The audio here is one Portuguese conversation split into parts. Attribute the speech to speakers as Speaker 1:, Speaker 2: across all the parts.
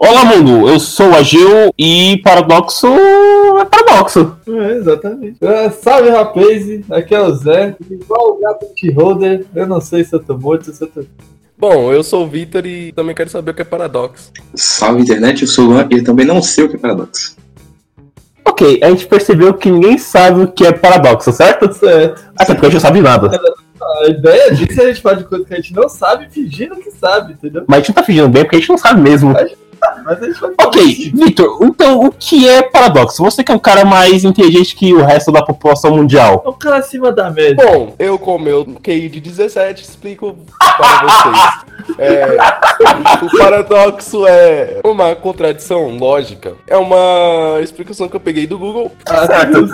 Speaker 1: Olá, mundo! Eu sou a Gil e paradoxo é paradoxo.
Speaker 2: É, exatamente. Ah, salve, rapaz! Aqui é o Zé. Igual o gato de holder, eu não sei se eu tô morto ou se eu tô.
Speaker 3: Bom, eu sou o Vitor e também quero saber o que é paradoxo.
Speaker 4: Salve internet, eu sou o Luan e eu também não sei o que é paradoxo.
Speaker 1: Ok, a gente percebeu que ninguém sabe o que é paradoxo, certo?
Speaker 2: Certo.
Speaker 1: Até porque a gente não sabe nada.
Speaker 2: é, A ideia disso é a gente falar de coisa que a gente não sabe, fingindo que sabe, entendeu?
Speaker 1: Mas a gente não tá fingindo bem porque a gente não sabe mesmo.
Speaker 2: Mas a gente vai falar
Speaker 1: Ok,
Speaker 2: assim.
Speaker 1: Victor, então o que é paradoxo? Você que é um cara mais inteligente que o resto da população mundial.
Speaker 2: É um cara acima da média.
Speaker 3: Bom, eu com o meu QI de 17 explico para vocês. É, o paradoxo é uma contradição lógica. É uma explicação que eu peguei do Google
Speaker 2: Ah,
Speaker 1: certo.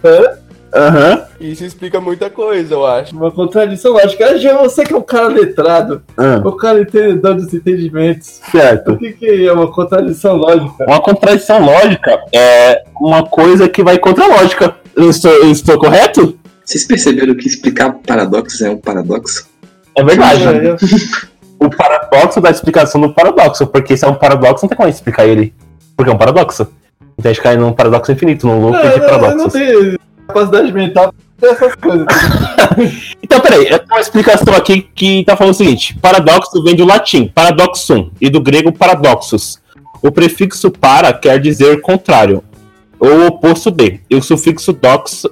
Speaker 2: certo.
Speaker 1: Aham,
Speaker 3: e isso explica muita coisa, eu acho.
Speaker 2: né? Uma contradição lógica. Ah, Jean, você que é um cara letrado,
Speaker 1: aham,
Speaker 2: o cara entendedor dos entendimentos. O
Speaker 1: Ah, certo.
Speaker 2: que, que é uma contradição lógica?
Speaker 1: Uma contradição lógica é uma coisa que vai contra a lógica. Eu estou, eu estou correto?
Speaker 4: Vocês perceberam que explicar paradoxos é um paradoxo?
Speaker 1: É verdade.
Speaker 2: É, eu-
Speaker 1: O paradoxo da explicação do paradoxo, porque se é um paradoxo, não tem como explicar ele. Porque é um paradoxo. Então a gente cai num paradoxo infinito, num loop
Speaker 2: Não,
Speaker 1: de
Speaker 2: É, eu, não- eu não
Speaker 1: paradoxos.
Speaker 2: tenho capacidade mental pra fazer essas coisas.
Speaker 1: Então, peraí, eu tenho uma explicação aqui que tá falando o seguinte: paradoxo vem do latim, paradoxum, e do grego paradoxos. O prefixo para quer dizer contrário, ou oposto de, e o sufixo dox,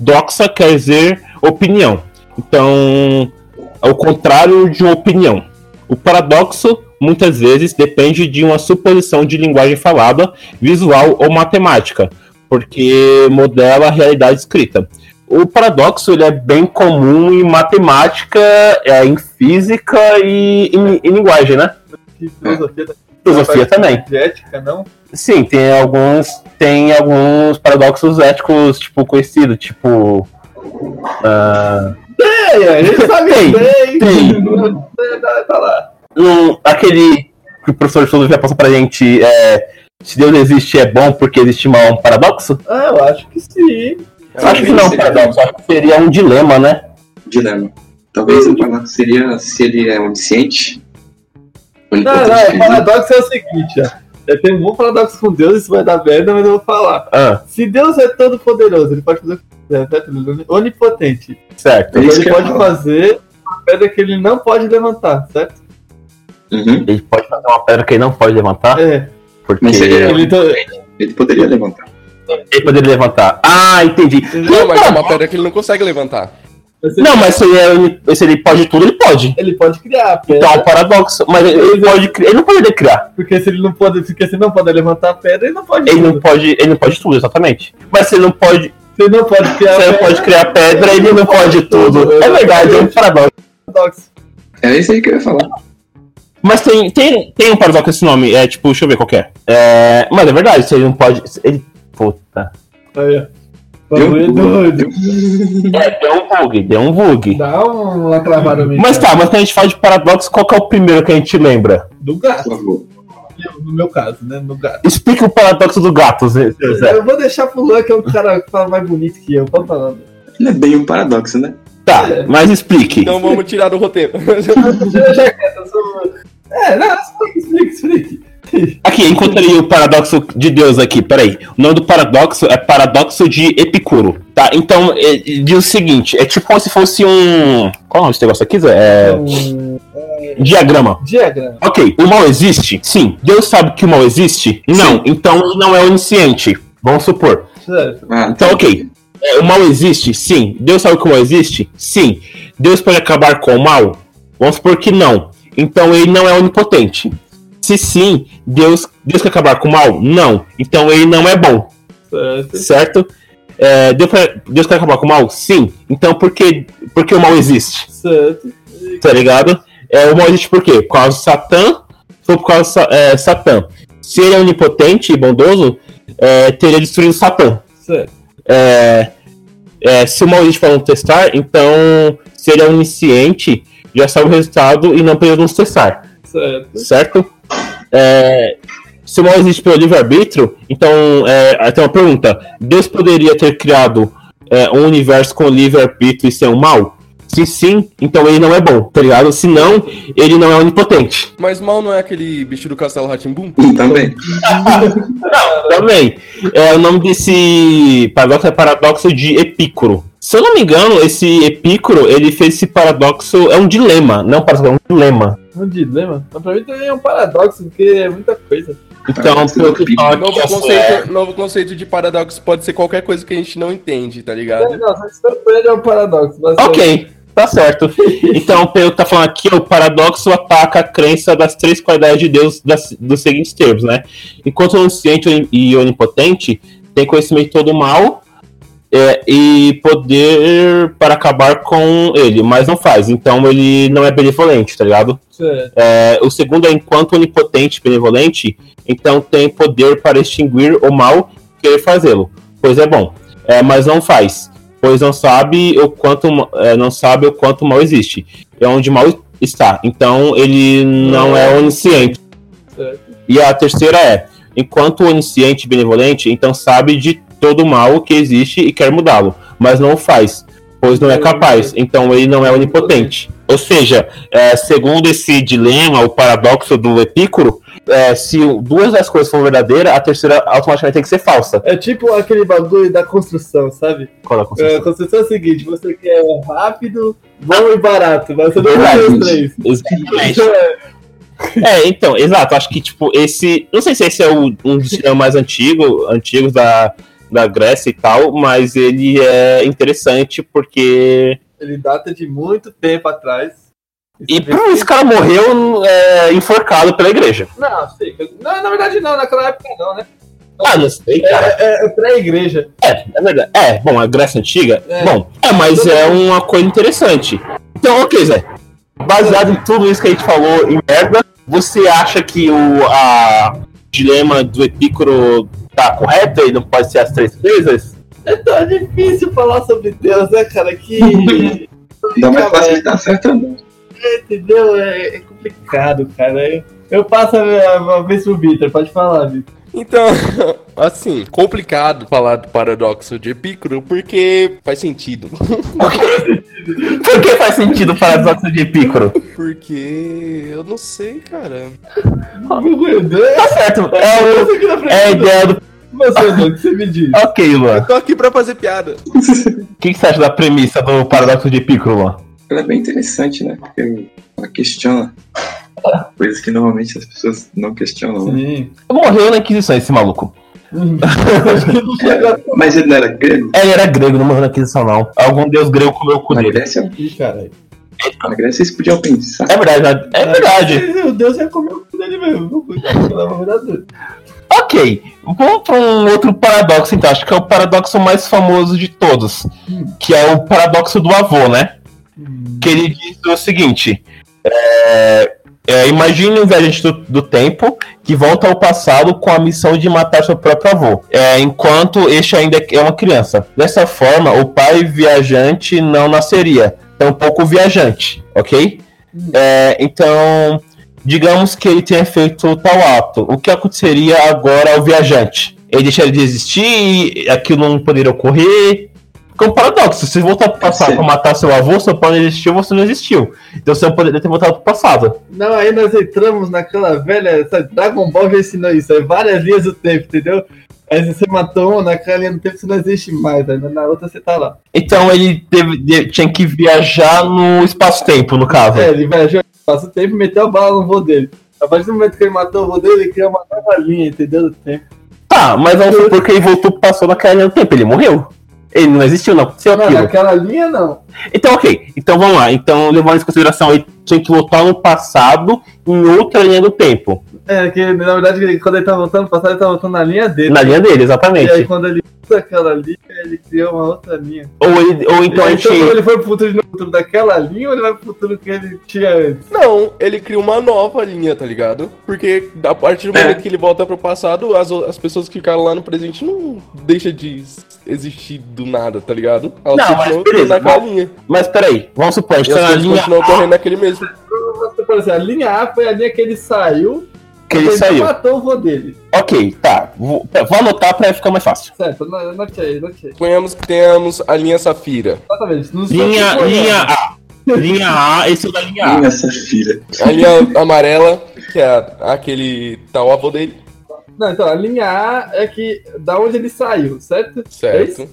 Speaker 1: doxa quer dizer opinião. Então, é o contrário de uma opinião. O paradoxo, muitas vezes, depende de uma suposição de linguagem falada, visual ou matemática, porque modela a realidade escrita. O paradoxo ele é bem comum em matemática, é, em física e em, em linguagem, né?
Speaker 2: Que filosofia da
Speaker 1: Filosofia também.
Speaker 2: de ética, não?
Speaker 1: Sim, tem alguns tem alguns paradoxos éticos tipo conhecidos, tipo
Speaker 2: É, é, a gente sabe
Speaker 1: Tem,
Speaker 2: bem.
Speaker 1: tem.
Speaker 2: Tá- Tá lá.
Speaker 1: um, aquele que o professor de filosofia passou pra gente, é, se Deus existe é bom porque existe mal, é um paradoxo?
Speaker 2: Ah, eu acho que sim.
Speaker 4: Eu
Speaker 1: acho que não é um
Speaker 4: seria
Speaker 1: paradoxo, acho que seria um dilema, né?
Speaker 4: um Dilema. Talvez um paradoxo seria se ele é onisciente.
Speaker 2: Não, não, o paradoxo é o seguinte, ó. Eu tenho um bom paradoxo com Deus, isso vai dar merda, mas eu vou falar.
Speaker 1: Ah,
Speaker 2: Se Deus é todo poderoso, ele pode fazer o que quiser, certo? Ele é onipotente.
Speaker 1: certo.
Speaker 4: É isso que
Speaker 2: ele
Speaker 4: eu ia
Speaker 2: pode
Speaker 4: falar.
Speaker 2: fazer uma pedra que ele não pode levantar, certo?
Speaker 4: Uhum.
Speaker 1: Ele pode fazer uma pedra que ele não pode levantar,
Speaker 2: É.
Speaker 1: porque
Speaker 4: Mas seria-
Speaker 2: Ele, então,
Speaker 4: Ele poderia levantar.
Speaker 1: ele poderia levantar. Ah, entendi.
Speaker 3: Não, mas é uma pedra que ele não consegue levantar.
Speaker 1: Não, mas se ele, é- se ele pode tudo, ele pode.
Speaker 2: ele pode criar a pedra.
Speaker 1: Então, é um paradoxo. Mas ele pode criar. Ele não poderia criar.
Speaker 2: Porque se ele não pode, porque se ele não pode levantar a pedra, ele não pode.
Speaker 1: Tá. Ele não
Speaker 2: tudo.
Speaker 1: pode. Ele não pode tudo, exatamente. Mas se ele não pode.
Speaker 2: Se ele não pode criar
Speaker 1: Se ele
Speaker 2: a
Speaker 1: não
Speaker 2: pedra,
Speaker 1: pode criar pedra, ele não pode tudo. É verdade, é um paradoxo.
Speaker 2: é um paradoxo.
Speaker 4: Era É isso aí que eu ia falar.
Speaker 1: Mas tem, tem, tem um paradoxo esse nome. É tipo, deixa eu ver qual que é. É, Mas é verdade, se ele não pode. se Ele. Puta.
Speaker 2: Aí, ó. Bagulho é
Speaker 4: Deu?
Speaker 2: doido.
Speaker 4: Deu?
Speaker 1: É, deu um bug, deu um bug.
Speaker 2: Dá uma travada mesmo.
Speaker 1: Mas tá, mas quando a gente fala de paradoxo, qual que é o primeiro que a gente lembra?
Speaker 2: Do
Speaker 4: Por
Speaker 2: gato,
Speaker 4: favor.
Speaker 2: no meu caso, né? No gato.
Speaker 1: Explica o paradoxo do gato, Zé. seu Zé.
Speaker 2: Eu vou deixar pro Luan, que é um cara que fala mais bonito que eu. Pode falar. Luan.
Speaker 4: Não é bem um paradoxo, né?
Speaker 1: Tá, mas explique.
Speaker 3: Então vamos tirar do roteiro.
Speaker 2: Eu já quero, eu sou- É, não, explique, explique, explique.
Speaker 1: Aqui, encontrei o paradoxo de Deus aqui, peraí. O nome do paradoxo é paradoxo de Epicuro, tá? Então, é, é, diz o seguinte, é tipo como se fosse um... Qual é o nome desse negócio aqui, Zé?
Speaker 2: É
Speaker 1: É...
Speaker 2: um
Speaker 1: Diagrama.
Speaker 2: diagrama.
Speaker 1: Ok, o mal existe? Sim. Deus sabe que o mal existe? Não. Então, ele não é onisciente. Vamos supor.
Speaker 2: certo?
Speaker 4: Ah,
Speaker 1: Então, ok. É, o mal existe? Sim. Deus sabe que o mal existe? Sim. Deus pode acabar com o mal? Vamos supor que não. Então ele não é onipotente. Se sim, Deus, Deus quer acabar com o mal? Não. Então ele não é bom,
Speaker 2: Certo.
Speaker 1: certo? É, Deus, quer- Deus quer acabar com o mal? Sim. Então por que, por que o mal existe?
Speaker 2: Certo.
Speaker 1: Tá ligado? É, o mal existe por quê? Por causa do Satã? Foi por causa do Sa- é, Satã. Se ele é onipotente e bondoso, é, teria destruído Satã.
Speaker 2: Certo.
Speaker 1: É, é, se o Maurício para não testar, então se ele é onisciente, já sabe o resultado e não precisa nos testar,
Speaker 2: Certo.
Speaker 1: certo? É, se o mal existe pelo livre-arbítrio, então é, aí tem uma pergunta: Deus poderia ter criado é, um universo com livre-arbítrio e ser um mal? Se sim, então ele não é bom, tá ligado? Se não, ele não é onipotente.
Speaker 3: Mas mal não é aquele bicho do castelo Ratimbum?
Speaker 4: E também.
Speaker 1: Também. É, o nome desse paradoxo é paradoxo de Epicuro. Se eu não me engano, esse Epicuro, ele fez esse paradoxo, é um dilema, não é um paradoxo, é um dilema.
Speaker 2: Um dilema. Mas pra mim também é um paradoxo, porque é muita coisa.
Speaker 1: Então, pelo que fala
Speaker 3: Novo
Speaker 1: que é-
Speaker 3: conceito, novo conceito de paradoxo pode ser qualquer coisa que a gente não entende, tá
Speaker 2: Não,
Speaker 3: ligado?
Speaker 2: não, mas tanto ele é um paradoxo. mas-
Speaker 1: Ok, tá certo. Então, pelo que tá falando aqui, o paradoxo ataca a crença das três qualidades de Deus das- dos seguintes termos, né? Enquanto onisciente e onipotente tem conhecimento de todo mal é, e poder para acabar com ele, mas não faz. Então, ele não é benevolente, tá ligado?
Speaker 2: Certo.
Speaker 1: É, o segundo é enquanto onipotente e benevolente, então tem poder para extinguir o mal e querer fazê-lo, pois é bom, É, mas não faz, pois não sabe o quanto ma- é, não sabe o quanto o mal existe, é onde o mal está. Então ele não é onisciente.
Speaker 2: Certo.
Speaker 1: E a terceira é enquanto onisciente e benevolente, então sabe de todo o mal que existe e quer mudá-lo, mas não o faz, pois não é capaz. Então ele não é onipotente. Ou seja, é, segundo esse dilema, o paradoxo do Epicuro, é, se o- duas das coisas são verdadeiras, a terceira automaticamente tem que ser falsa.
Speaker 2: É tipo aquele bagulho da construção, sabe?
Speaker 1: Qual é a
Speaker 2: É, A
Speaker 1: concessão?
Speaker 2: construção é o seguinte, você quer rápido, bom e barato, mas você não
Speaker 1: Verdade.
Speaker 2: quer os três.
Speaker 1: Exatamente.
Speaker 2: Então, é,
Speaker 1: É, então, exato. Acho que, tipo, esse. Não sei se esse é o- um dos dilemas mais antigo, antigos da, da Grécia e tal, mas ele é interessante porque.
Speaker 2: ele data de muito tempo atrás. é
Speaker 1: E um pô, esse cara morreu é, enforcado pela igreja.
Speaker 2: Não, sei. que- Não, na verdade não, naquela época não, né?
Speaker 1: Ah, não sei, cara.
Speaker 2: É, é pré-igreja.
Speaker 1: É, é verdade. É, bom, a Grécia Antiga,
Speaker 2: É.
Speaker 1: bom. É, mas é uma coisa interessante. Então, ok, Zé. Baseado em tudo isso que a gente falou em merda, você acha que o a, dilema do Epicuro tá correto e não pode ser as três coisas?
Speaker 2: É tão difícil falar sobre Deus, né, cara? Que.
Speaker 4: Ainda Então, mais
Speaker 2: Fica,
Speaker 4: fácil
Speaker 2: velho.
Speaker 4: de dar certo é bom.
Speaker 2: Entendeu? É, é complicado, cara. Eu, eu passo a, a, a vez pro Vitor, pode falar, Vitor.
Speaker 3: Então, assim, complicado falar do paradoxo de Epicuro porque faz sentido.
Speaker 1: Por que faz sentido o paradoxo de Epicuro?
Speaker 3: Porque eu não sei, cara.
Speaker 2: Meu Deus,
Speaker 1: Tá certo. É, o,
Speaker 2: você aqui na frente.
Speaker 1: é a ideia do.
Speaker 2: Você, Deus, o que você me diz?
Speaker 1: Ok, Luan.
Speaker 3: Eu tô aqui pra fazer piada.
Speaker 1: O que, que você acha da premissa do paradoxo de Epicuro, Luan?
Speaker 4: Ela é bem interessante, né? Porque ela questiona coisas que normalmente as pessoas não questionam. né?
Speaker 2: Sim. Hum,
Speaker 1: Morreu na Inquisição esse maluco.
Speaker 2: Acho que não chega
Speaker 4: É, mas ele não era grego?
Speaker 1: É, Ele era grego, não morreu na Inquisição, não. Algum deus grego comeu o cu
Speaker 4: Na
Speaker 1: dele.
Speaker 4: Grécia,
Speaker 2: aqui, caralho.
Speaker 4: na Grécia eles podiam pensar.
Speaker 1: É verdade, né? é verdade.
Speaker 2: Meu Deus, é já comeu o cu dele mesmo. Pelo amor de Deus.
Speaker 1: Ok, vamos para um outro paradoxo, então. Acho que é o paradoxo mais famoso de todos, que é o paradoxo do avô, né?
Speaker 2: Hum.
Speaker 1: Que ele diz o seguinte: é, é, imagine um viajante do, do tempo que volta ao passado com a missão de matar seu próprio avô, é, enquanto este ainda é uma criança. Dessa forma, o pai viajante não nasceria, tampouco o viajante, ok? É, então, Digamos que ele tenha feito tal ato. O que aconteceria agora ao viajante? Ele deixaria de existir? Aquilo não poderia ocorrer? Porque é um paradoxo. Se voltar pro passado
Speaker 4: Sim.
Speaker 1: pra matar seu avô, seu pai não existiu, você não existiu. Então você não poderia ter voltado pro passado.
Speaker 2: Não, aí nós entramos naquela velha. sabe, Dragon Ball já ensinou isso, é várias linhas do tempo, entendeu? Aí se você matou um, naquela linha do tempo você não existe mais, aí na outra você tá lá.
Speaker 1: Então ele teve- de- tinha que viajar no espaço-tempo, no caso.
Speaker 2: É, ele viajou, passa o tempo e meteu a bala no voo dele. A partir do momento que ele matou o voo dele, ele criou uma nova linha, entendeu? Do tempo.
Speaker 1: Tá, mas vamos supor que ele voltou pro passado naquela linha do tempo. Ele morreu. Ele não existiu, não aconteceu
Speaker 2: Não,
Speaker 1: aquilo.
Speaker 2: naquela linha não.
Speaker 1: Então, ok. Então vamos lá. Então, levando em consideração, ele tinha que voltar no passado em outra linha do tempo.
Speaker 2: É, que na verdade ele- quando ele tá voltando passado, ele tá voltando na linha dele.
Speaker 1: Na linha dele,
Speaker 2: E
Speaker 1: exatamente.
Speaker 2: aí quando ele usa aquela linha, ele criou uma outra linha.
Speaker 1: Ou, ele- ou então a gente.
Speaker 2: quando ele foi pro futuro de novo, futuro daquela linha ou ele vai pro futuro que ele tinha antes?
Speaker 3: Não, ele cria uma nova linha, tá ligado? Porque a partir do
Speaker 4: É.
Speaker 3: momento que ele volta pro passado, as, o- as pessoas que ficaram lá no presente não deixa de existir do nada, tá ligado? Elas
Speaker 1: Não, mas
Speaker 3: continuam
Speaker 1: beleza,
Speaker 3: naquela
Speaker 1: mas-
Speaker 3: linha.
Speaker 1: Mas peraí, vamos supor, a gente
Speaker 3: E as
Speaker 1: tá na
Speaker 3: coisas
Speaker 1: linha
Speaker 3: continuam correndo naquele mesmo.
Speaker 2: Nossa, por exemplo, a linha A foi a linha que ele saiu,
Speaker 1: que ele
Speaker 2: ele
Speaker 1: saiu.
Speaker 2: matou o vô dele.
Speaker 1: Ok, tá. Vou, vou anotar pra ficar mais fácil.
Speaker 2: Certo, note aí, note aí.
Speaker 3: Suponhamos que tenhamos a linha Safira.
Speaker 2: Exatamente. Nos
Speaker 1: Linha,
Speaker 2: suponhamos.
Speaker 1: linha A. Linha A, esse é o da linha
Speaker 4: Ah.
Speaker 1: A.
Speaker 4: Essa filha.
Speaker 3: A linha amarela, que é a- aquele tal avô dele,
Speaker 2: Não, então, a linha A é que da onde ele saiu, certo?
Speaker 1: É
Speaker 3: certo?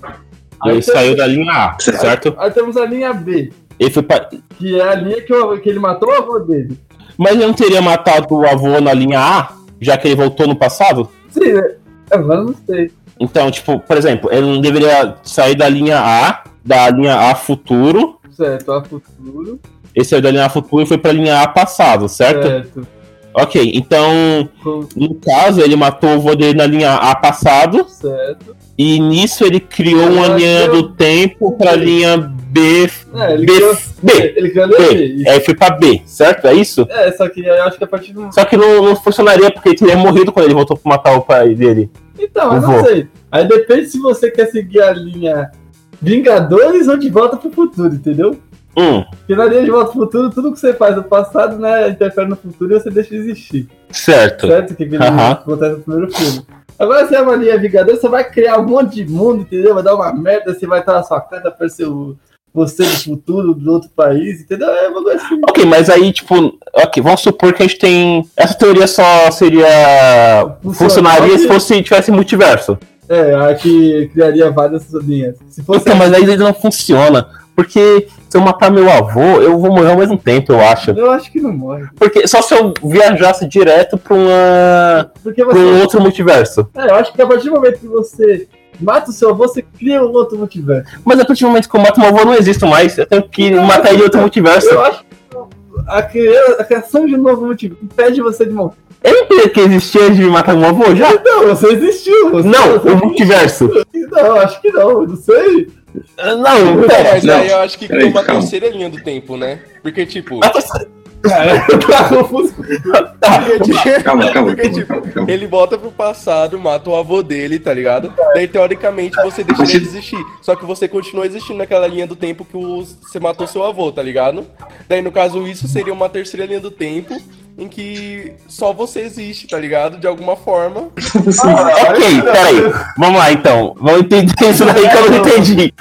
Speaker 1: Ele saiu da linha A,
Speaker 4: Certo.
Speaker 1: certo?
Speaker 2: Aí temos a linha B,
Speaker 1: Ele foi pra...
Speaker 2: que é a linha que, o- que ele matou o avô dele.
Speaker 1: Mas ele não teria matado o avô na linha A, já que ele voltou no passado?
Speaker 2: Sim, né? Agora não sei.
Speaker 1: Então, tipo, por exemplo, ele não deveria sair da linha A, da linha A futuro.
Speaker 2: Certo, a futuro.
Speaker 1: Ele saiu da linha A futuro e foi pra linha A passado, certo?
Speaker 2: Certo.
Speaker 1: Ok, então,
Speaker 2: Com-
Speaker 1: no caso, ele matou o avô dele na linha A passado.
Speaker 2: Certo.
Speaker 1: E nisso ele criou uma
Speaker 2: Ah,
Speaker 1: linha
Speaker 2: eu-
Speaker 1: do tempo pra linha B.
Speaker 2: É, ele
Speaker 1: B.
Speaker 2: ganhou-
Speaker 1: B.
Speaker 2: Ele ganhou a B.
Speaker 1: B. Aí foi pra B, certo? É isso?
Speaker 2: É, só que eu acho que a partir do.
Speaker 1: Só que não, não funcionaria porque ele teria morrido quando ele voltou pra matar o pai dele.
Speaker 2: Então,
Speaker 1: Eu
Speaker 2: eu
Speaker 1: vou.
Speaker 2: não sei. Aí depende se você quer seguir a linha Vingadores ou de volta pro futuro, entendeu?
Speaker 1: Hum,
Speaker 2: Porque na linha de volta pro futuro, tudo que você faz no passado, né, interfere no futuro e você deixa de existir.
Speaker 1: certo.
Speaker 2: Certo? Que aquele
Speaker 1: Aham.
Speaker 2: acontece no primeiro filme. Agora você é uma linha Vingadores, você vai criar um monte de mundo, entendeu? Vai dar uma merda, você vai estar na sua casa pra ser o. Você do futuro, do outro país, entendeu? É uma coisa assim.
Speaker 1: Ok, mas aí, tipo, ok, vamos supor que a gente tem. Essa teoria só seria. funcionaria se fosse tivesse multiverso.
Speaker 2: É, a que criaria várias linhas. Se fosse
Speaker 1: Então, mas aí ele não funciona. Porque se eu matar meu avô, eu vou morrer ao mesmo tempo, eu acho.
Speaker 2: Eu acho que não morre.
Speaker 1: Porque só se eu viajasse direto pra, uma,
Speaker 2: Porque
Speaker 1: pra
Speaker 2: você.
Speaker 1: um outro multiverso.
Speaker 2: É, eu acho que a partir do momento que você mata o seu avô, você cria um outro multiverso.
Speaker 1: Mas a partir do momento que eu mato meu avô, não existo mais. Eu tenho que
Speaker 2: Não,
Speaker 1: matar ele em outro
Speaker 2: não.
Speaker 1: multiverso.
Speaker 2: Eu acho que a, cria- a criação de um novo multiverso impede você de morrer.
Speaker 1: Eu não queria que existia de matar meu avô já?
Speaker 2: Não, você existiu. Você
Speaker 1: Não,
Speaker 2: você
Speaker 1: o multiverso.
Speaker 2: Não, acho que não, eu não sei.
Speaker 1: Não,
Speaker 3: Não,
Speaker 1: pera.
Speaker 3: mas aí eu acho que
Speaker 4: É, Peraí,
Speaker 3: tem uma
Speaker 4: calma. Ah,
Speaker 3: terceira linha do tempo, né? Porque, tipo.
Speaker 1: É.
Speaker 2: Tá confuso.
Speaker 3: porque, tipo,
Speaker 4: Calma, calma,
Speaker 3: porque,
Speaker 4: calma,
Speaker 3: tipo,
Speaker 4: calma, calma.
Speaker 3: ele volta pro passado, mata o avô dele, tá ligado? Daí, teoricamente, você deixa ele existir. Só que você continua existindo naquela linha do tempo que o- você matou seu avô, tá ligado? Daí, no caso, isso seria uma terceira linha do tempo em que só você existe, tá ligado? De alguma forma. Ah,
Speaker 1: Ok, peraí. Vamos lá então. Vamos entender isso daí que eu não entendi.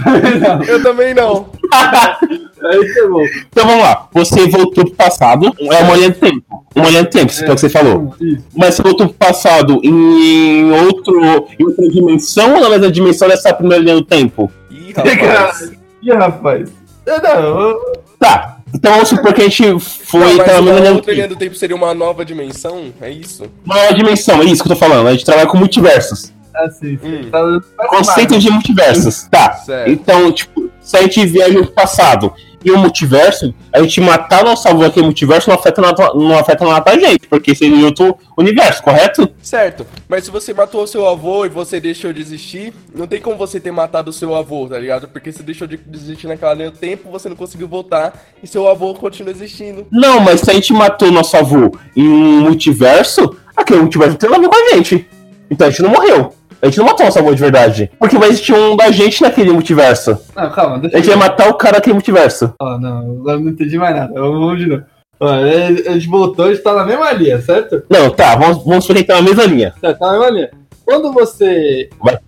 Speaker 3: Eu também não.
Speaker 2: Aí é chegou.
Speaker 1: Então vamos lá. Você voltou pro passado. É uma linha de tempo. Uma linha de tempo, isso é o que você falou.
Speaker 2: Isso.
Speaker 1: Mas você voltou pro passado em outro, em outra dimensão ou na mesma dimensão dessa primeira linha do tempo?
Speaker 3: Ih, rapaz.
Speaker 2: Ih, rapaz. É, Não, eu-
Speaker 1: Tá. Então vamos supor que a gente foi
Speaker 3: Não, mas
Speaker 1: pela mesma
Speaker 3: a
Speaker 1: linha do
Speaker 3: outra linha
Speaker 1: tempo.
Speaker 3: do tempo seria uma nova dimensão? É isso?
Speaker 1: Uma nova dimensão, é isso que eu tô falando. A gente trabalha com multiversos.
Speaker 2: assim,
Speaker 3: Hum.
Speaker 2: tá
Speaker 1: Conceito de multiversos. Tá.
Speaker 3: Certo.
Speaker 1: Então, tipo, se a gente viaja no passado e o multiverso, a gente matar nosso avô aqui no multiverso não afeta nada, não afeta nada a gente, porque seria em outro universo, correto?
Speaker 3: Certo, mas se você matou o seu avô e você deixou de existir, não tem como você ter matado o seu avô, tá ligado? Porque você deixou de existir naquela linha do tempo, você não conseguiu voltar e seu avô continua existindo.
Speaker 1: Não, mas se a gente matou nosso avô em um multiverso, aquele multiverso não tem nada a ver com a gente. Então a gente não morreu. A gente não matou nosso avô de verdade. Porque vai existir um da gente naquele multiverso.
Speaker 2: Não, calma,
Speaker 1: A
Speaker 2: deixa eu
Speaker 1: gente vai matar o cara naquele multiverso.
Speaker 2: Ó, não, agora não entendi mais nada. Vamos vamos de novo. Ó, a gente voltou, a gente tá na mesma linha, certo?
Speaker 1: Não, tá, vamos, vamos supor que a gente tá na mesma linha.
Speaker 2: Tá, tá na mesma linha. Quando você
Speaker 1: Vai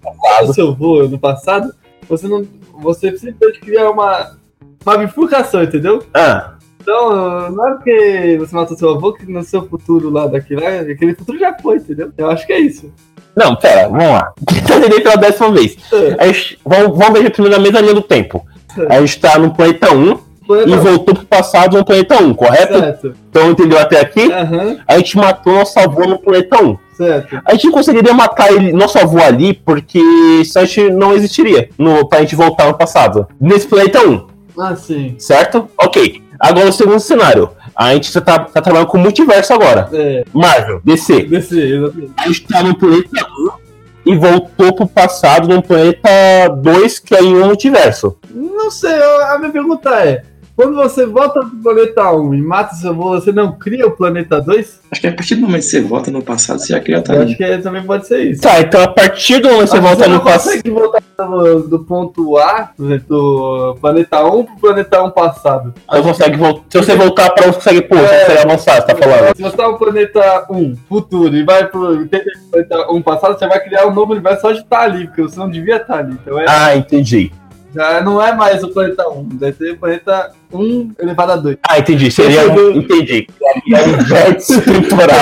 Speaker 2: o seu voo no passado, você não. Você precisa de criar uma, uma bifurcação, entendeu?
Speaker 1: Ah,
Speaker 2: Então, não é porque você matou seu avô que no seu futuro lá daqui lá, aquele futuro já foi, entendeu? Eu acho que é isso.
Speaker 1: não, pera, vamos lá. Tentei pela décima vez. A gente- vamos, vamos ver primeiro na mesma linha do tempo. A gente tá no planeta 1
Speaker 2: Foi,
Speaker 1: e
Speaker 2: não,
Speaker 1: voltou pro passado no planeta 1, correto?
Speaker 2: certo.
Speaker 1: Então entendeu até aqui?
Speaker 2: Aham,
Speaker 1: A gente matou nosso avô no planeta 1.
Speaker 2: certo.
Speaker 1: A gente não conseguiria matar ele, nosso avô ali porque senão a gente não existiria no, pra gente voltar no passado. Nesse planeta 1,
Speaker 2: Ah, sim.
Speaker 1: certo? Ok. Agora o segundo cenário. A gente já tá, tá trabalhando com multiverso agora.
Speaker 2: É,
Speaker 1: Marvel, DC.
Speaker 2: desse, exatamente.
Speaker 1: A gente tá no planeta 1 e voltou pro passado no planeta 2, que é em um multiverso.
Speaker 2: Não sei, eu- a minha pergunta é. Quando você volta pro planeta 1 e mata seu avô, você não cria o planeta 2?
Speaker 4: Acho que a partir do momento que você volta no passado, você já cria outra
Speaker 2: Eu acho
Speaker 4: linha.
Speaker 2: que é- também pode ser isso.
Speaker 1: Tá, então a partir do momento que você volta
Speaker 2: não
Speaker 1: no passado.
Speaker 2: consegue voltar do, do ponto A, por exemplo, do planeta 1 pro planeta 1 passado.
Speaker 1: Você consegue vol- Se você voltar pra onde você consegue pôr, você
Speaker 2: É.
Speaker 1: consegue avançar, você tá falando.
Speaker 2: Se você tá no planeta 1 futuro e vai pro entende? um tá planeta 1 passado, você vai criar um novo universo só de estar tá ali, porque você não devia estar ali. Então é
Speaker 1: Ah, entendi.
Speaker 2: Já não é mais o planeta 1, deve ser o planeta 1 elevado a 2.
Speaker 1: Ah, entendi. Seria. entendi. É um vértice temporal.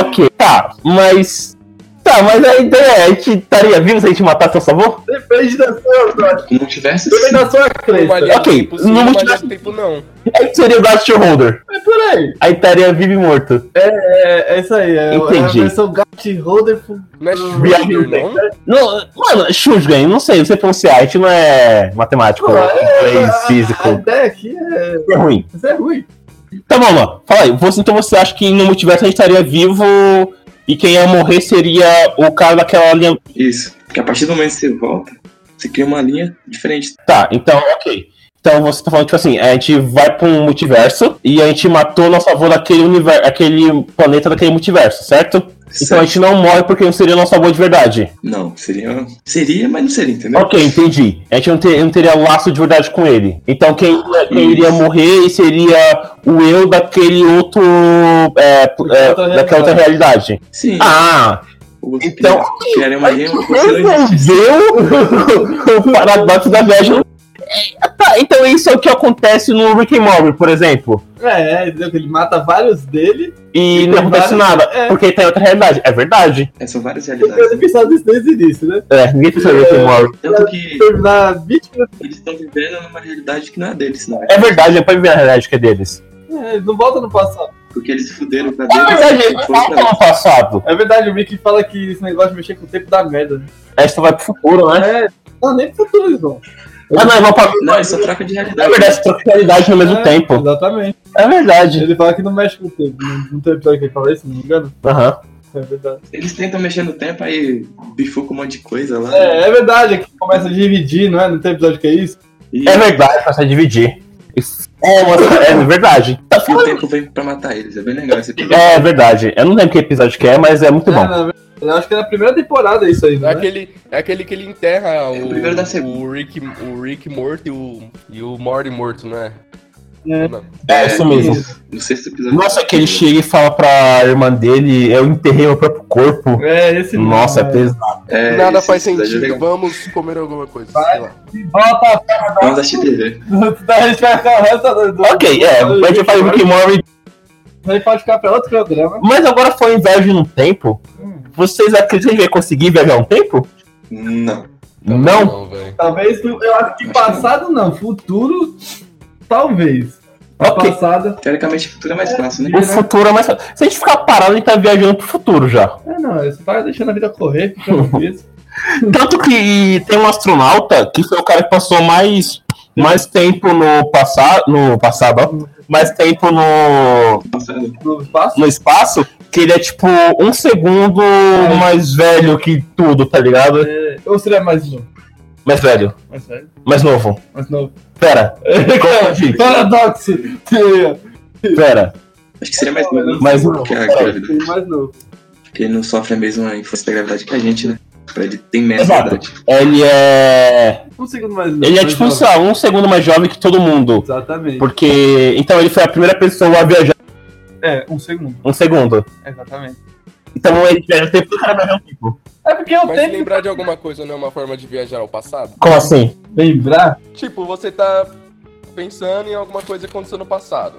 Speaker 1: Ok, tá, mas. Tá, mas a ideia é, a gente estaria vivo se a gente matasse o sabor?
Speaker 2: Depende da sua, brother.
Speaker 4: Se não tivesse
Speaker 2: Depende da sua crença.
Speaker 3: Malhar
Speaker 1: Ok,
Speaker 3: tempo,
Speaker 1: não vou te
Speaker 3: malhar tempo, não.
Speaker 1: Aí seria o Ghost Holder.
Speaker 2: É por aí.
Speaker 1: Aí estaria vivo e morto.
Speaker 2: É, é isso aí. É, é a
Speaker 1: Entendi.
Speaker 2: versão Gat Holder. pro-
Speaker 3: Não é
Speaker 1: Viagem
Speaker 3: Schroeder, não?
Speaker 1: Não, mano, Shujgan, não sei, eu sei pronunciar, a gente não é matemático,
Speaker 2: Pô, é,
Speaker 1: inglês,
Speaker 2: a-
Speaker 1: físico.
Speaker 2: A ideia aqui é.
Speaker 1: É ruim.
Speaker 2: Isso é ruim.
Speaker 1: Tá bom, mano. Fala aí, você, então você acha que no multiverso a gente estaria vivo e quem ia morrer seria o cara daquela linha.
Speaker 4: isso. Porque a partir do momento que você volta, você cria uma linha diferente.
Speaker 1: Tá, então, ok. Então você tá falando, tipo assim, a gente vai pra um multiverso e a gente matou nosso avô daquele universo, aquele planeta daquele multiverso, certo? Então a gente não morre porque não seria nosso avô de verdade.
Speaker 4: Não, seria. Seria, mas não seria, entendeu?
Speaker 1: Ok, entendi. A gente não, ter- não teria laço de verdade com ele. Então quem, quem iria morrer seria o eu daquele outro. é, é,
Speaker 2: outra
Speaker 1: daquela outra realidade.
Speaker 4: Sim.
Speaker 1: Ah,
Speaker 4: ou você
Speaker 1: então-
Speaker 4: criar- criaria uma linha. uma coisa diferente.
Speaker 1: resolveu o paradoxo da viagem. É, tá, então isso é o que acontece no Rick and Morty, por exemplo.
Speaker 2: É, é, entendeu? Que Ele mata vários dele.
Speaker 1: E não acontece nada,
Speaker 2: É.
Speaker 1: porque tá em outra realidade. É verdade.
Speaker 4: É, são várias
Speaker 2: Eu
Speaker 4: realidades.
Speaker 2: tenho pensado nisso desde o início, né?
Speaker 1: É, ninguém pensa em Rick and Morty.
Speaker 4: Tanto que
Speaker 2: Terminar 20 minutos.
Speaker 4: eles estão vivendo numa realidade que não é deles, não.
Speaker 1: É verdade, é pra viver a realidade que é deles.
Speaker 2: É, não volta no passado.
Speaker 4: Porque eles se fuderam pra
Speaker 1: É verdade,
Speaker 4: deles.
Speaker 1: eles
Speaker 4: foram pra
Speaker 1: voltam no passado.
Speaker 2: É verdade, o Rick fala que esse negócio de mexer com o tempo dá merda. né?
Speaker 1: A gente vai pro futuro, né?
Speaker 2: É, não, nem pro futuro eles vão.
Speaker 1: Ah, não, vão pra
Speaker 4: Não, é só troca de
Speaker 1: É
Speaker 4: realidade.
Speaker 1: verdade, você troca de realidade no mesmo
Speaker 2: É,
Speaker 1: tempo.
Speaker 2: Exatamente.
Speaker 1: É verdade.
Speaker 2: Ele fala que não mexe com o tempo. né? Não, não tem episódio que ele fala isso, não me engano.
Speaker 1: Aham.
Speaker 2: É verdade.
Speaker 4: Eles tentam mexer no tempo, aí bifuca um monte de coisa lá.
Speaker 2: É, é verdade, é que começa a dividir, não é? Não tem episódio que é isso?
Speaker 4: E,
Speaker 1: É verdade, pra se dividir. Isso- É, uma- é verdade. Tá
Speaker 4: e o
Speaker 1: falando-
Speaker 4: tempo vem pra matar eles. É bem legal esse episódio.
Speaker 1: É verdade. Eu não lembro que episódio que é, mas é muito
Speaker 2: É,
Speaker 1: bom.
Speaker 2: na verdade, eu acho que era a primeira temporada isso aí,
Speaker 3: É
Speaker 2: né?
Speaker 3: aquele, é aquele que ele enterra o,
Speaker 4: o É, primeiro da segunda.
Speaker 3: o, Rick, o Rick morto e o, e o Morty morto, né?
Speaker 2: É.
Speaker 3: Não.
Speaker 1: É isso mesmo.
Speaker 4: No sexto episódio. É,
Speaker 1: Nossa, que ele chega e fala pra irmã dele, eu enterrei meu próprio corpo.
Speaker 2: É, esse
Speaker 1: Nossa, é
Speaker 2: não,
Speaker 1: pesado.
Speaker 4: É,
Speaker 3: Nada
Speaker 4: esse
Speaker 3: faz
Speaker 4: episódio é
Speaker 3: sentido.
Speaker 4: legal.
Speaker 3: Vamos comer alguma coisa.
Speaker 2: Vai.
Speaker 3: sei lá.
Speaker 2: Volta
Speaker 4: Vamos assistir TV.
Speaker 2: pra a gente vai ficar o resto do- do-
Speaker 1: Ok, é, a gente faz Rick and Morty.
Speaker 2: A gente pode ficar pra outro programa.
Speaker 1: Mas agora foi em viagem no tempo. Vocês acreditam que a gente vai conseguir viajar um tempo?
Speaker 4: Não.
Speaker 1: Não.
Speaker 3: velho.
Speaker 2: Talvez, eu acho que passado não, futuro, talvez.
Speaker 1: Ok.
Speaker 2: Passado,
Speaker 4: Teoricamente, o futuro é mais fácil, né?
Speaker 1: O futuro é mais. fácil. Se a gente ficar parado, a gente tá viajando pro futuro já.
Speaker 2: é não, você vai deixando a vida correr, ficando isso.
Speaker 1: Tanto que tem um astronauta que foi o cara que passou mais, mais tempo no passado. No passado, ó. Mais tempo no,
Speaker 4: Passado.
Speaker 2: no espaço.
Speaker 1: no espaço, que ele é tipo um segundo mais velho que tudo, tá ligado?
Speaker 2: É, ou seria mais novo?
Speaker 1: Mais velho.
Speaker 2: Mais velho?
Speaker 1: Mais novo.
Speaker 2: Mais novo.
Speaker 1: Pera. Confundi.
Speaker 2: Paradoxo!
Speaker 1: Pera.
Speaker 4: Acho que seria mais novo
Speaker 1: Mas não.
Speaker 4: que a grávida.
Speaker 2: Sim, mais novo.
Speaker 4: Porque ele não sofre a mesma influência da gravidade que a gente, né? Pra ele tem menos
Speaker 1: Exato.
Speaker 4: idade.
Speaker 1: Ele é.
Speaker 2: Um segundo mais novo.
Speaker 1: Ele é
Speaker 2: mais
Speaker 1: tipo,
Speaker 2: novo.
Speaker 1: sei lá, um segundo mais jovem que todo mundo.
Speaker 2: Exatamente.
Speaker 1: Porque. Então ele foi a primeira pessoa a viajar
Speaker 2: É, um segundo.
Speaker 1: um segundo.
Speaker 2: Exatamente.
Speaker 1: Então ele viaja o tempo do cara viajar um tempo.
Speaker 2: É porque eu
Speaker 3: Mas se
Speaker 2: tenho
Speaker 3: lembrar de alguma coisa não é uma forma de viajar ao passado?
Speaker 1: Como assim?
Speaker 2: lembrar.
Speaker 3: Tipo, você tá pensando em alguma coisa que aconteceu no passado.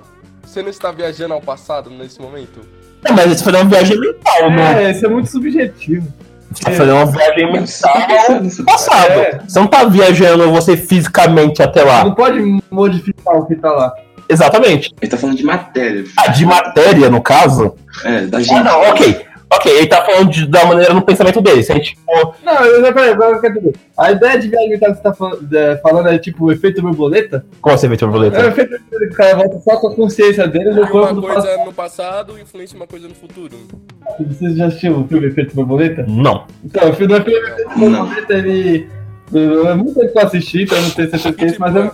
Speaker 3: Você não está viajando ao passado nesse momento?
Speaker 1: É, mas isso foi uma viagem mental, né?
Speaker 2: É, isso é muito subjetivo.
Speaker 1: Tá fazendo uma viagem
Speaker 4: Nossa,
Speaker 1: mental
Speaker 4: pensando nisso.
Speaker 1: no passado.
Speaker 2: É.
Speaker 1: Você não tá viajando você fisicamente até lá.
Speaker 2: Não pode modificar o que tá lá.
Speaker 1: Exatamente.
Speaker 4: Ele tá falando de matéria.
Speaker 1: Ah, de matéria, no caso.
Speaker 4: É, da gente.
Speaker 1: Ah, não, ok. Ok, ele tá falando de- da maneira no pensamento dele. Se a gente for-
Speaker 2: Não, eu já peraí, agora eu quero entender. A ideia de viagem mental que você tá fal- é, falando é tipo o efeito borboleta?
Speaker 1: Como você vê,
Speaker 2: É o
Speaker 1: borboleta?
Speaker 2: efeito borboleta que o cara volta só com a consciência dele no corpo
Speaker 3: É Uma
Speaker 2: do
Speaker 3: coisa
Speaker 2: passado.
Speaker 3: no passado influencia uma coisa no futuro.
Speaker 2: Vocês já assistiram o filme Efeito Borboleta?
Speaker 1: Não.
Speaker 2: Então, o filme do filme Efeito
Speaker 4: Não.
Speaker 2: Borboleta, ele. É muito tempo que eu assisti, então eu não tenho certeza que é isso, mas eu.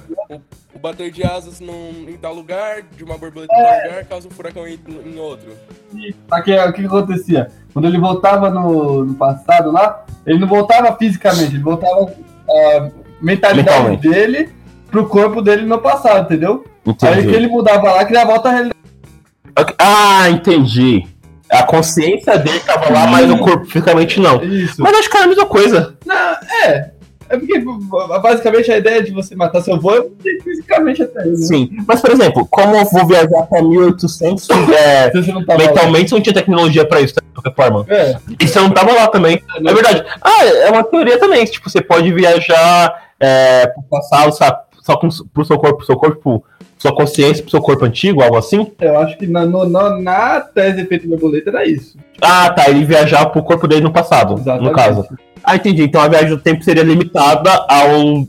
Speaker 3: O bater de asas num, em tal lugar, de uma borboleta em
Speaker 2: É.
Speaker 3: tal lugar, causa um furacão em, em outro.
Speaker 2: Só que o que que acontecia? Quando ele voltava no, no passado lá, ele não voltava fisicamente, ele voltava a mentalidade
Speaker 1: Mentalmente.
Speaker 2: dele pro corpo dele no passado, entendeu? Aí que
Speaker 1: Entendi.
Speaker 2: ele mudava lá, que ele volta a realidade.
Speaker 1: Ok, Ah, entendi. A consciência dele tava lá, mas o corpo fisicamente não.
Speaker 2: Isso.
Speaker 1: Mas acho que era a mesma coisa.
Speaker 2: Não, é. É porque basicamente a ideia de você matar seu avô é você fisicamente até ele. né?
Speaker 1: Sim. Mas, por exemplo, como eu vou viajar até 1800 é,
Speaker 2: Se você não tava lá.
Speaker 1: mentalmente não tinha tecnologia pra isso, né, de qualquer forma.
Speaker 2: É.
Speaker 1: E você não tava lá também. É verdade. Ah, é uma teoria também, que tipo, você pode viajar é, pro passado, sabe? Só com, pro seu corpo, pro seu corpo, sua consciência, pro seu corpo antigo, algo assim.
Speaker 2: então, Eu acho que na, no, na, na tese feita na boleta era isso.
Speaker 1: Ah, tá, ele viajar pro corpo dele no passado, no caso. Ah, entendi. Então a viagem do tempo seria limitada ao,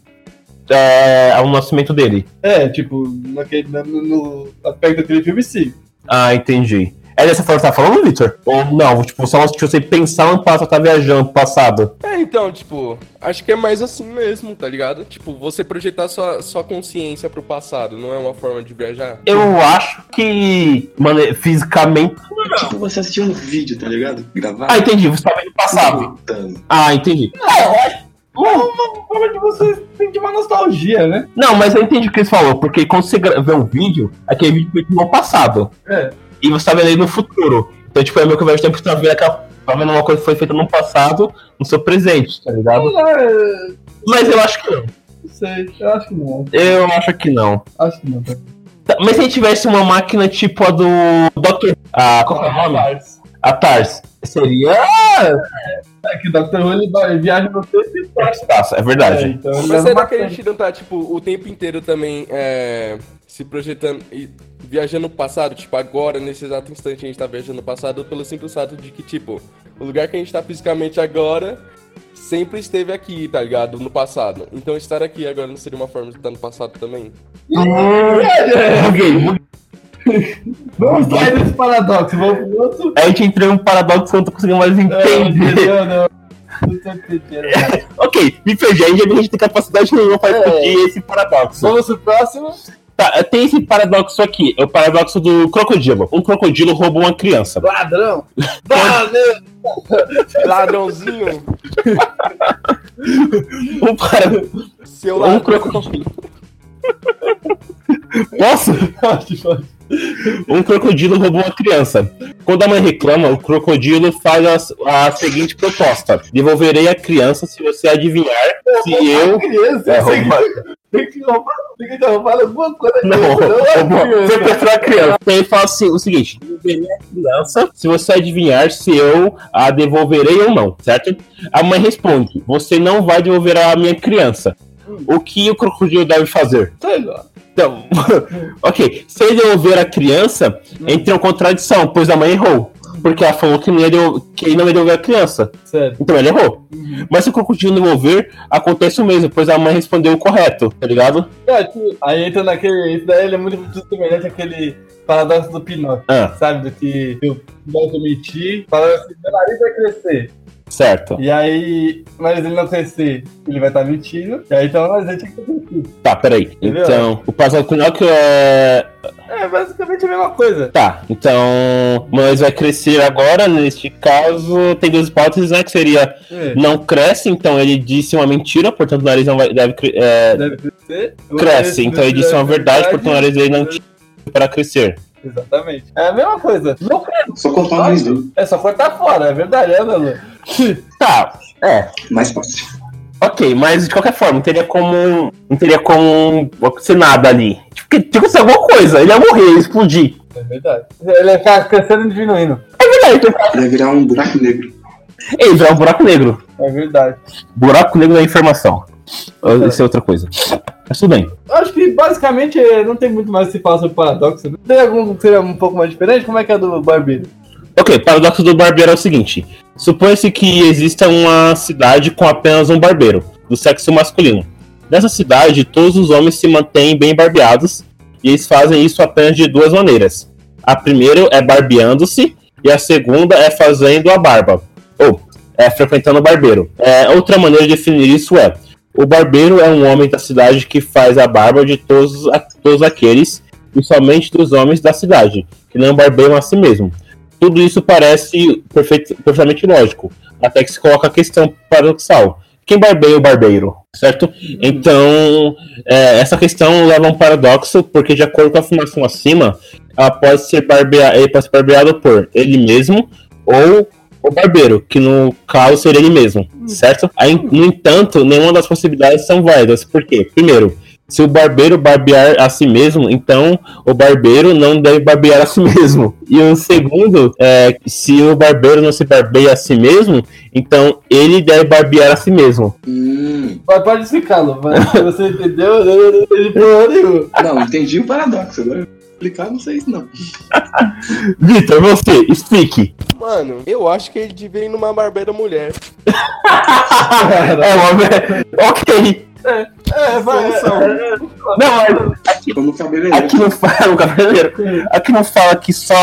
Speaker 1: é, ao nascimento dele.
Speaker 2: É, tipo, naquele, na- no, no aspecto daquele filme, sim.
Speaker 1: Ah, entendi. É dessa forma que você tá falando, Victor? Ou não, tipo, só se você pensar no passado, tá viajando pro passado.
Speaker 3: É, então, tipo, acho que é mais assim mesmo, tá ligado? Tipo, você projetar sua, sua consciência pro passado não é uma forma de viajar?
Speaker 1: Eu acho que, mano, fisicamente...
Speaker 4: Tipo, você assistiu um vídeo, tá ligado? Gravado.
Speaker 1: Ah, entendi, você tá vendo o passado.
Speaker 4: Voltando.
Speaker 1: Ah, entendi.
Speaker 2: É uma forma de você sentir uma nostalgia, né?
Speaker 1: Não, mas eu entendi o que você falou, porque quando você gra- vê um vídeo, aquele vídeo foi no passado.
Speaker 2: É.
Speaker 1: E você tá vendo ele no futuro. Então, tipo, é meio que ao mesmo tempo que você tá vendo, aquela, tá vendo uma coisa que foi feita no passado, no seu presente, tá ligado?
Speaker 2: Sei lá, é,
Speaker 1: Mas eu acho que não.
Speaker 2: não sei, eu acho que não.
Speaker 1: Eu acho que não.
Speaker 2: Acho que não. tá?
Speaker 1: Tá, Mas se a gente tivesse uma máquina tipo a do Dr. Ah, qual que é o nome? A TARS. Seria
Speaker 2: É que o Dr. Who ele vai- ele viaja no tempo e
Speaker 1: pro espaço, é
Speaker 2: é,
Speaker 1: verdade.
Speaker 2: então ele
Speaker 3: Mas
Speaker 2: leva
Speaker 3: será
Speaker 2: uma
Speaker 3: que a
Speaker 2: frente.
Speaker 3: gente não tá, tipo, o tempo inteiro também é, se projetando e viajando no passado? Tipo, agora, nesse exato instante, a gente tá viajando no passado pelo simples fato de que, tipo, o lugar que a gente tá fisicamente agora sempre esteve aqui, tá ligado? No passado. Então estar aqui agora não seria uma forma de estar no passado também?
Speaker 1: É. Buguei.
Speaker 2: É. Vamos sair desse paradoxo, vamos pro outro.
Speaker 1: A gente entrou em um paradoxo que eu não tô conseguindo mais
Speaker 2: É,
Speaker 1: entender.
Speaker 2: Não, não, não. Não tô entendendo.
Speaker 1: ok, me perdi, a gente não tem capacidade nenhuma para discutir esse paradoxo.
Speaker 2: Vamos pro próximo.
Speaker 1: Tá, tem esse paradoxo aqui, é o paradoxo do crocodilo. Um crocodilo roubou uma criança.
Speaker 2: Ladrão.
Speaker 3: Ladrãozinho!
Speaker 1: Um para...
Speaker 3: Seu
Speaker 1: Um
Speaker 3: ladrão!
Speaker 1: Nossa! Um crocodilo roubou uma criança. Quando a mãe reclama, o crocodilo faz a, a seguinte proposta: Devolverei a criança se você adivinhar se eu.
Speaker 2: Criança,
Speaker 1: É,
Speaker 2: tem,
Speaker 1: roubar.
Speaker 2: que, tem que roubar. Tem que roubar alguma coisa.
Speaker 1: Não, roubou. Sequestrou a criança. Então ele fala assim, o seguinte: Devolverei a criança se você adivinhar se eu a devolverei ou não, certo? A mãe responde: Você não vai devolver a minha criança. O que o crocodilo deve fazer?
Speaker 2: Sei lá.
Speaker 1: Então, ok. Se ele devolver a criança, entra em contradição, pois a mãe errou. Porque ela falou que não, ia devol- que ele não ia devolver a criança.
Speaker 2: Sério.
Speaker 1: Então ele errou. Mas se o crocodilo devolver, acontece o mesmo, pois a mãe respondeu o correto, tá ligado?
Speaker 2: É, tipo, aí entra naquele. Isso daí ele é muito, muito semelhante àquele paradoxo do Pinóquio.
Speaker 1: Ah,
Speaker 2: Sabe? Do que eu volto a mentir. Falando assim: meu nariz vai crescer.
Speaker 1: certo.
Speaker 2: E aí, mas ele não crescer, ele vai estar mentindo. E aí, então, mas ele tinha que mentir.
Speaker 1: Tá, peraí.
Speaker 2: Entendeu?
Speaker 1: Então, o passado com o Pinóquio é.
Speaker 2: É basicamente a mesma coisa.
Speaker 1: Tá, então. Mas vai crescer agora, neste caso, tem duas hipóteses, né? Que seria
Speaker 2: É.
Speaker 1: não cresce, então ele disse uma mentira, portanto o nariz não vai, deve, cre- é,
Speaker 2: Deve crescer.
Speaker 1: cresce. Então ele
Speaker 2: é
Speaker 1: disse uma verdade, porque o nariz dele não tinha para crescer.
Speaker 2: Exatamente. É a mesma coisa. Não cresce.
Speaker 4: Só cortar o nariz dele.
Speaker 2: É só cortar fora, é verdade, é, Lulu?
Speaker 1: Tá, é.
Speaker 4: Mais fácil.
Speaker 1: Ok, mas de qualquer forma, não teria como. Não teria como acontecer nada ali. Tipo, que- tinha que acontecer alguma coisa. Ele ia morrer, ia explodir.
Speaker 2: É verdade. Ele é ca- crescendo e diminuindo.
Speaker 1: É verdade,
Speaker 4: Ele ia virar um buraco negro.
Speaker 1: ele vai um buraco negro.
Speaker 2: É verdade.
Speaker 1: Buraco negro é informação. Ah, Isso é outra coisa. Mas tudo bem.
Speaker 2: Eu Acho que basicamente é, não tem muito mais o que se falar sobre paradoxo. né? Tem algum que seja um pouco mais diferente? Como é que é a do barbeiro?
Speaker 1: Ok, paradoxo do barbeiro é o seguinte: supõe-se que exista uma cidade com apenas um barbeiro, do sexo masculino. Nessa cidade, todos os homens se mantêm bem barbeados, e eles fazem isso apenas de duas maneiras. A primeira é barbeando-se, e a segunda é fazendo a barba, ou é frequentando o barbeiro. É, outra maneira de definir isso é: o barbeiro é um homem da cidade que faz a barba de todos, a- todos aqueles, e somente dos homens da cidade, que não barbeiam a si mesmo. Tudo isso parece perfeito- perfeitamente lógico, até que se coloca a questão paradoxal. Quem barbeia o barbeiro, certo? Então, é, essa questão leva a um paradoxo, porque de acordo com a afirmação acima, ela pode ser barbea- ele pode ser barbeado por ele mesmo ou o barbeiro, que no caso seria ele mesmo, certo? Aí, no entanto, nenhuma das possibilidades são válidas. Por quê? Primeiro, se o barbeiro barbear a si mesmo, então o barbeiro não deve barbear a si mesmo. E o segundo, é, se o barbeiro não se barbeia a si mesmo, então ele deve barbear a si mesmo.
Speaker 4: Hum.
Speaker 2: Mas pode explicá-lo, mas se você entendeu, ele não problema nenhum.
Speaker 4: Não, entendi o paradoxo. Agora explicar, não sei se não.
Speaker 1: Vitor, você, explique.
Speaker 3: Mano, eu acho que ele devia ir numa barbeira mulher.
Speaker 1: É uma... Ok.
Speaker 3: É,
Speaker 2: solução.
Speaker 1: Não, mas
Speaker 4: Como cabeleireiro.
Speaker 1: Aqui não fala, o cavaleiro. Aqui não fala que só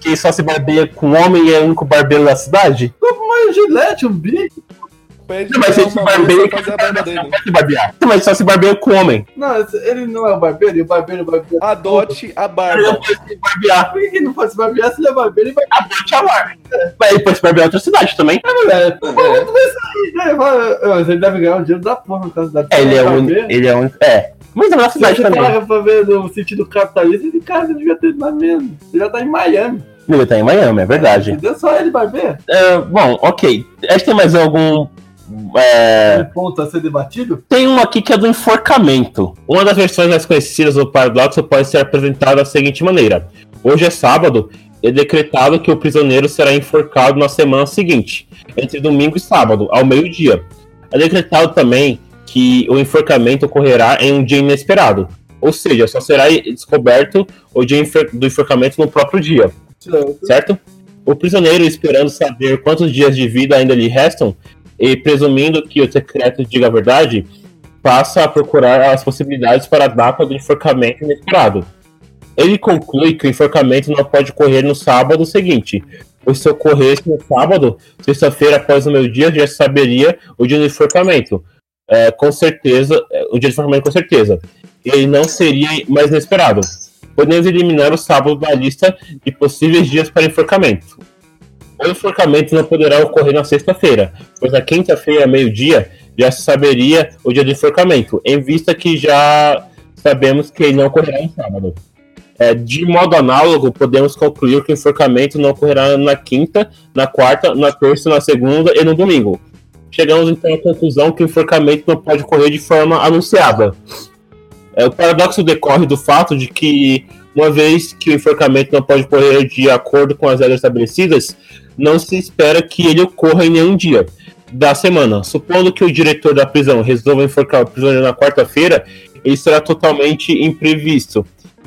Speaker 1: que só se barbeia com homem e é o único barbeiro da cidade?
Speaker 2: Mas o Gillette, o um bico.
Speaker 3: Pede
Speaker 1: Não, mas
Speaker 3: pra
Speaker 1: ele se
Speaker 3: uma moça
Speaker 1: barbeia
Speaker 3: fazer a barba dele.
Speaker 1: Não se barbear. Não, mas só se barbeia com homem.
Speaker 2: Não, esse- ele não é o barbeiro, e o barbeiro é o barbeiro.
Speaker 3: Adote a
Speaker 1: Ele não
Speaker 3: barba.
Speaker 1: pode se barbear.
Speaker 2: Por que que ele não pode se barbear se ele é barbeiro? Ele vai
Speaker 1: A Bete Alar. Mas ele pode se barbear em outra cidade também.
Speaker 2: mulher. Pô, muito bem sair, né? Ele fala, "Ah, Mas ele deve ganhar um dinheiro da porra por causa da
Speaker 1: É, ele é o
Speaker 2: barbeiro."
Speaker 1: Ele é o único. É. Mas é na
Speaker 2: Se
Speaker 1: cidade
Speaker 2: você
Speaker 1: também.
Speaker 2: parar pra ver no sentido capitalista, esse cara não devia ter mais mesmo. Ele já tá em Miami.
Speaker 1: Ele tá em Miami, é verdade.
Speaker 2: Entendeu? Só ele barbeiro.
Speaker 1: É, bom, ok. Acho que tem mais algum. É,
Speaker 2: Um ponto a ser debatido.
Speaker 1: Tem uma aqui que é do enforcamento. Uma das versões mais conhecidas do paradoxo pode ser apresentada da seguinte maneira: Hoje é sábado, é decretado que o prisioneiro será enforcado na semana seguinte, entre domingo e sábado, ao meio-dia. É decretado também que o enforcamento ocorrerá em um dia inesperado, ou seja, só será descoberto o dia enfor- do enforcamento no próprio dia certo? O prisioneiro, esperando saber quantos dias de vida ainda lhe restam, e presumindo que o secreto diga a verdade, passa a procurar as possibilidades para a data do enforcamento inesperado. Ele conclui que o enforcamento não pode ocorrer no sábado seguinte, pois se ocorresse no sábado, sexta-feira após o meio-dia, já se saberia o dia do enforcamento. É, com certeza, é, o dia do enforcamento com certeza. Ele não seria mais inesperado. Podemos eliminar o sábado da lista de possíveis dias para enforcamento. O enforcamento não poderá ocorrer na sexta-feira, pois na quinta-feira, meio-dia, já se saberia o dia do enforcamento, em vista que já sabemos que ele não ocorrerá no sábado. É, de modo análogo, podemos concluir que o enforcamento não ocorrerá na quinta, na quarta, na terça, na segunda e no domingo. Chegamos então à conclusão que o enforcamento não pode ocorrer de forma anunciada. É, o paradoxo decorre do fato de que uma vez que o enforcamento não pode ocorrer de acordo com as regras estabelecidas, não se espera que ele ocorra em nenhum dia da semana. Supondo que o diretor da prisão resolva enforcar o prisioneiro na quarta-feira, ele será totalmente imprevisto,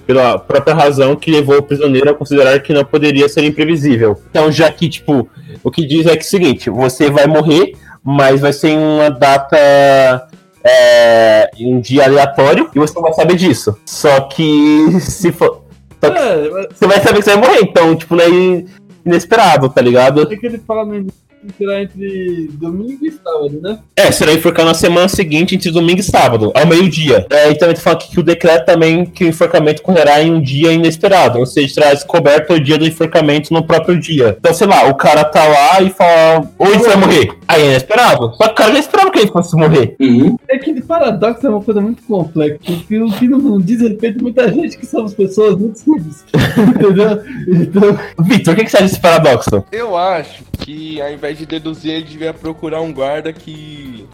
Speaker 1: pela própria razão que levou o prisioneiro a considerar que não poderia ser imprevisível. Então, já que, tipo, o que diz é que é o seguinte: você vai morrer, mas vai ser em uma data é, em um dia aleatório e você não vai saber disso. Só que se for. Só que
Speaker 2: É, mas
Speaker 1: você vai saber que você vai morrer, então, tipo, não é in- inesperado, tá ligado?
Speaker 2: é que ele fala no início que será entre domingo e sábado, né?
Speaker 1: É, será enforcado na semana seguinte, entre domingo e sábado, ao meio-dia. É, e também fala aqui que o decreto também que o enforcamento ocorrerá em um dia inesperado, ou seja, será descoberto o dia do enforcamento no próprio dia. Então, sei lá, o cara tá lá e fala, hoje você vai morrer. Aí é inesperado. Só que o cara já esperava que ele fosse morrer.
Speaker 4: Uhum.
Speaker 2: É que paradoxo é uma coisa muito complexa, porque o que não diz respeito a muita gente, que somos pessoas muito simples. Entendeu? Então,
Speaker 1: Victor, o que, que você acha desse paradoxo?
Speaker 3: Eu acho que ao invés de deduzir, ele devia procurar um guarda que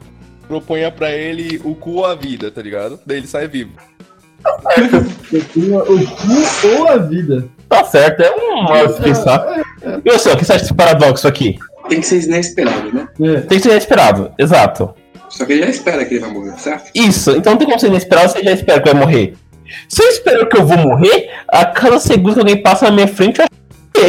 Speaker 3: proponha pra ele o cu ou a vida, tá ligado? Daí ele sai vivo.
Speaker 2: assim, o cu ou a vida.
Speaker 1: Tá certo, é um modo de pensar. E você, o que você acha desse paradoxo aqui?
Speaker 4: Tem que ser inesperado, né?
Speaker 2: É.
Speaker 1: Tem que ser inesperado, exato.
Speaker 4: Só que ele já espera que ele vai morrer, certo?
Speaker 1: Isso, então não tem como ser inesperado, você já espera que vai morrer. Se eu espero que eu vou morrer, a cada segundo que alguém passa na minha frente, eu acho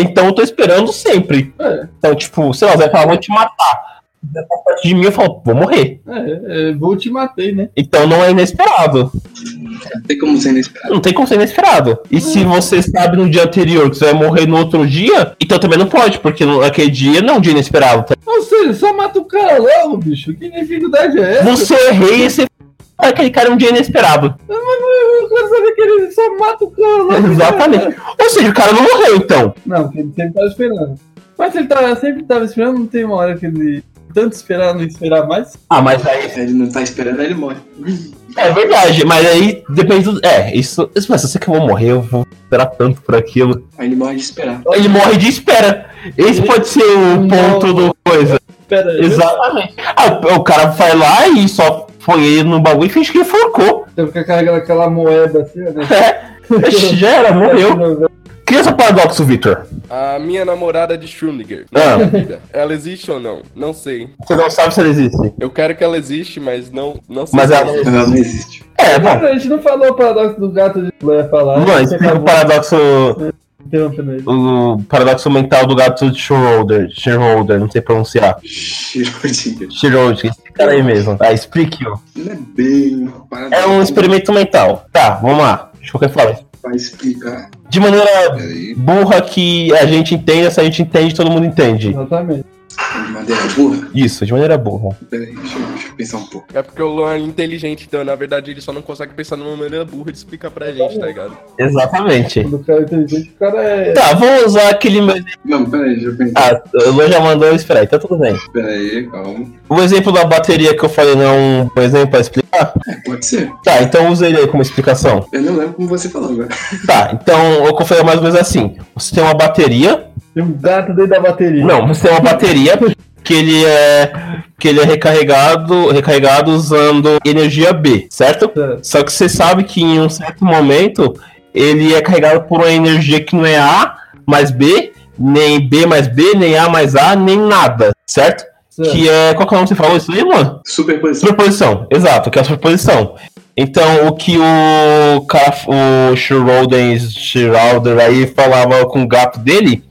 Speaker 1: Então eu tô esperando sempre.
Speaker 2: É.
Speaker 1: Então, tipo, sei lá, você vai falar, vou te matar. A partir de mim, eu falo, vou morrer.
Speaker 2: É, é, vou te matei, né?
Speaker 1: Então não é inesperado.
Speaker 4: Não tem como ser inesperado.
Speaker 1: Não tem como ser inesperado. E se você sabe no dia anterior que você vai morrer no outro dia, então também não pode, porque no- aquele dia não é um dia inesperado. tá?
Speaker 2: Ou seja, só mata o cara logo, bicho. Que dificuldade é essa?
Speaker 1: Você errei e você. Ah, Aquele cara é um dia inesperado.
Speaker 2: Eu quero saber que ele só mata o cara logo.
Speaker 1: Exatamente. Ou seja, o cara não morreu, então.
Speaker 2: tá, Não, porque ele sempre tava esperando. Mas se ele tava, sempre tava esperando, não tem uma hora que ele tanto esperar, não esperar mais.
Speaker 1: Ah, mas aí.
Speaker 4: Ele não tá esperando, ele morre.
Speaker 1: É verdade, mas aí depende do. É, isso. isso mas eu sei que eu vou morrer, eu vou esperar tanto por aquilo.
Speaker 4: Aí ele morre de esperar.
Speaker 1: Ele morre de espera. Esse pode ser o
Speaker 2: Não. é,
Speaker 1: ponto do coisa.
Speaker 2: Espera aí.
Speaker 1: Exatamente. Ah, o- o cara vai lá e só põe ele no bagulho e finge que ele forcou. É.
Speaker 2: Eu ficar carregando aquela moeda assim, né?
Speaker 1: Já era, morreu. Cria esse paradoxo, Victor.
Speaker 3: A minha namorada de Schrödinger.
Speaker 1: Ah.
Speaker 3: Minha vida. Ela existe ou não? Não sei.
Speaker 1: Você não sabe se ele existe.
Speaker 3: Eu quero que ela existe, mas não, não sei.
Speaker 1: Mas
Speaker 3: se
Speaker 1: ela-
Speaker 4: Mas ela não existe.
Speaker 1: É, bom.
Speaker 2: Cara, a gente não falou o paradoxo do gato de eu ia falar.
Speaker 1: Luan, explica o paradoxo.
Speaker 2: Interrompendo ele.
Speaker 1: O paradoxo mental do gato de Schröder. Schröder, não sei pronunciar.
Speaker 4: Girodiga.
Speaker 1: Schröder, esse cara aí mesmo. Tá, explique ó.
Speaker 4: Não é bem uma parada.
Speaker 1: É um experimento mental. Tá, vamos lá. De qualquer forma.
Speaker 4: Pra explicar.
Speaker 1: De maneira
Speaker 4: Peraí.
Speaker 1: burra que a gente entende, se a gente entende, todo mundo entende.
Speaker 2: Exatamente.
Speaker 4: De madeira burra.
Speaker 1: Isso, de maneira burra.
Speaker 4: Peraí, deixa eu, deixa eu pensar um pouco.
Speaker 3: É porque o Luan é inteligente, então na verdade ele só não consegue pensar numa maneira burra de explicar pra gente, tá ligado?
Speaker 1: Exatamente.
Speaker 2: Quando o cara é inteligente, o cara é.
Speaker 1: Tá, vou usar aquele meu
Speaker 4: Não, peraí, deixa eu pensar.
Speaker 1: Ah, o Luan já mandou esperar, então tudo bem.
Speaker 4: Peraí, calma.
Speaker 1: O exemplo da bateria que eu falei não é um bom exemplo pra explicar?
Speaker 4: É, pode ser.
Speaker 1: Tá, então usa ele aí como explicação.
Speaker 4: Eu não lembro como você falou agora.
Speaker 1: Tá, então eu falei mais ou menos assim. Você tem uma bateria.
Speaker 2: Tem um gato dentro da bateria.
Speaker 1: Não, você tem uma bateria que ele é. que ele é recarregado, recarregado usando energia B, certo?
Speaker 2: Certo.
Speaker 1: Só que você sabe que em um certo momento ele é carregado por uma energia que não é A mais B, nem B mais B, nem A mais A, nem nada, certo?
Speaker 2: certo.
Speaker 1: Que é. Qual que é o nome que você falou isso aí, mano?
Speaker 4: Superposição.
Speaker 1: Superposição, exato, que é a superposição. Então, o que o cara, o Schroeder, Schroeder aí falava com o gato dele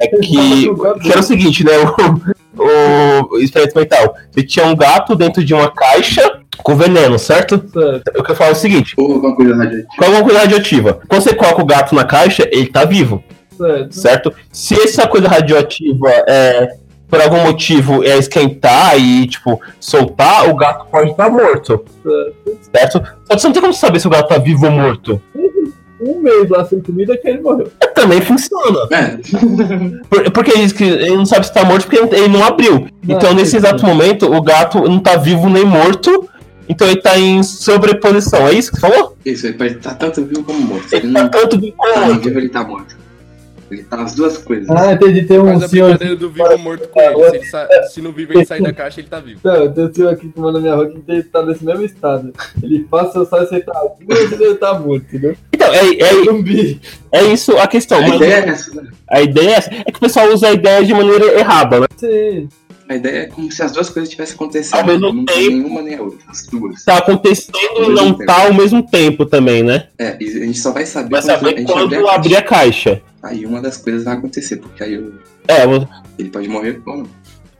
Speaker 1: é que, que era o seguinte, né? O, o experimento mental. Você tinha um gato dentro de uma caixa com veneno, certo?
Speaker 2: Certo.
Speaker 1: O que eu falo é o seguinte:
Speaker 4: Ou alguma coisa radioativa.
Speaker 1: qual é uma coisa radioativa? Quando você coloca o gato na caixa, ele tá vivo
Speaker 2: certo.
Speaker 1: certo? Se essa coisa radioativa é por algum motivo é esquentar e tipo soltar, o gato pode estar morto, certo? Só que você não tem como saber se o gato tá vivo ou morto.
Speaker 2: Um mês lá sem comida que ele morreu.
Speaker 1: É, também funciona.
Speaker 4: É,
Speaker 1: Por- porque ele, diz que ele não sabe se tá morto porque ele- ele não abriu.
Speaker 2: Não,
Speaker 1: então nesse
Speaker 2: sim,
Speaker 1: exato
Speaker 2: sim.
Speaker 1: momento o gato não tá vivo nem morto. Então ele tá em sobreposição, é isso que você falou?
Speaker 4: isso aí. Pode estar tanto vivo como morto. Ele
Speaker 1: Ele tá
Speaker 4: não
Speaker 1: tanto vivo
Speaker 4: tá
Speaker 1: quanto.
Speaker 4: vivo, ele tá morto. Ele tá as duas coisas.
Speaker 2: Ah, entendi. Tem um
Speaker 3: Mas a
Speaker 2: senhor.
Speaker 3: brincadeira do vivo ou morto com ele. Se, ele sa- se não vive ele sair da caixa, ele tá vivo.
Speaker 2: Não, tem um senhor aqui que mora na minha rua que ele tá nesse mesmo estado. Ele passa, eu saio, você tá vivo, ele tá morto, entendeu?
Speaker 1: Então, é, é,
Speaker 2: Zumbi.
Speaker 1: é isso a questão.
Speaker 4: a
Speaker 1: mas
Speaker 4: ideia é essa, né?
Speaker 1: a ideia é, essa. é que o pessoal usa a ideia de maneira errada, né?
Speaker 2: Sim.
Speaker 4: A ideia é como se as duas coisas tivessem acontecido.
Speaker 1: Ao mesmo
Speaker 4: não
Speaker 1: tempo.
Speaker 4: nenhuma nem a outra. As duas.
Speaker 1: tá acontecendo e não tá ao mesmo tempo também, né?
Speaker 4: É, e a gente só vai saber
Speaker 1: Vai
Speaker 4: a
Speaker 1: saber
Speaker 4: gente
Speaker 1: quando
Speaker 4: abrir a
Speaker 1: abrir a,
Speaker 4: caixa.
Speaker 1: caixa.
Speaker 4: Aí uma das coisas vai acontecer, porque aí o-
Speaker 1: É, vo-
Speaker 4: ele pode morrer ou não.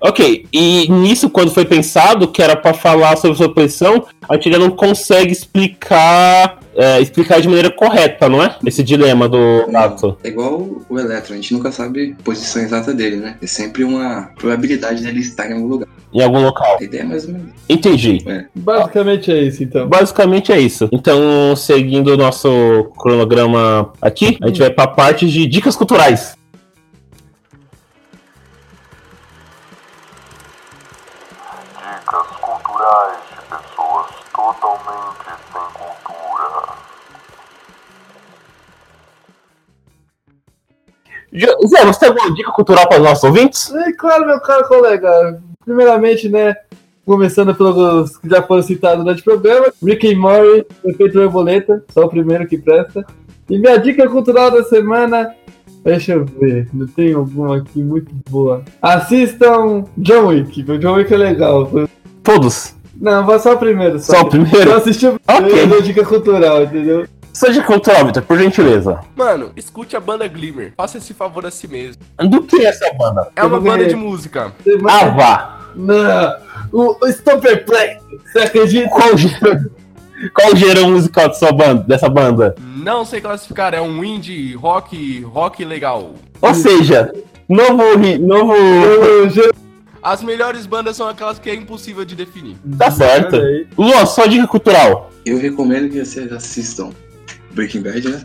Speaker 1: ok. E nisso, quando foi pensado que era pra falar sobre sua posição, a gente ainda não consegue explicar é, explicar de maneira correta, não é? Esse dilema do gato.
Speaker 4: É igual o Eletro, a gente nunca sabe a posição exata dele, né? É sempre uma probabilidade dele estar em algum lugar.
Speaker 1: Em algum local.
Speaker 4: A ideia é mais ou menos.
Speaker 1: Entendi.
Speaker 2: Basicamente é isso, então.
Speaker 1: Basicamente é isso. Então, seguindo o nosso cronograma aqui, a gente vai pra parte de dicas culturais.
Speaker 5: Dicas culturais de pessoas totalmente sem cultura.
Speaker 1: Jo- Zé, você tem alguma dica cultural para os nossos ouvintes?
Speaker 2: É claro, meu caro colega. Primeiramente, né? Começando pelos que já foram citados durante o programa: Rick and Morty, Prefeito Borboleta, só o primeiro que presta. E minha dica cultural da semana. Deixa eu ver, não tem alguma aqui muito boa. Assistam John Wick, o John Wick é legal.
Speaker 1: Todos.
Speaker 2: Não, vai só o primeiro. Só,
Speaker 1: Só o primeiro?
Speaker 2: Eu assisti o
Speaker 1: Ok.
Speaker 2: primeiro, dou é dica cultural, entendeu?
Speaker 1: Seja cultural, Vitor, por gentileza.
Speaker 3: Mano, escute a banda Glimmer. Faça esse favor a si mesmo.
Speaker 1: Do que é essa banda?
Speaker 3: É uma
Speaker 2: Eu vou
Speaker 3: banda
Speaker 2: ver.
Speaker 3: de música.
Speaker 1: Ah,
Speaker 2: Semana...
Speaker 1: vá.
Speaker 2: Não, o, o Estou Perplexo, você acredita?
Speaker 1: Qual o gênero, qual o gênero musical de sua banda, dessa banda?
Speaker 3: Não sei classificar, é um indie rock, rock legal.
Speaker 1: Ou seja, novo, ri- novo...
Speaker 2: Hum. Eu- eu-
Speaker 3: As melhores bandas são aquelas que é impossível de definir.
Speaker 1: Tá certo.
Speaker 2: Olha aí.
Speaker 1: Luan, só dica cultural.
Speaker 4: Eu recomendo que vocês assistam Breaking Bad, né?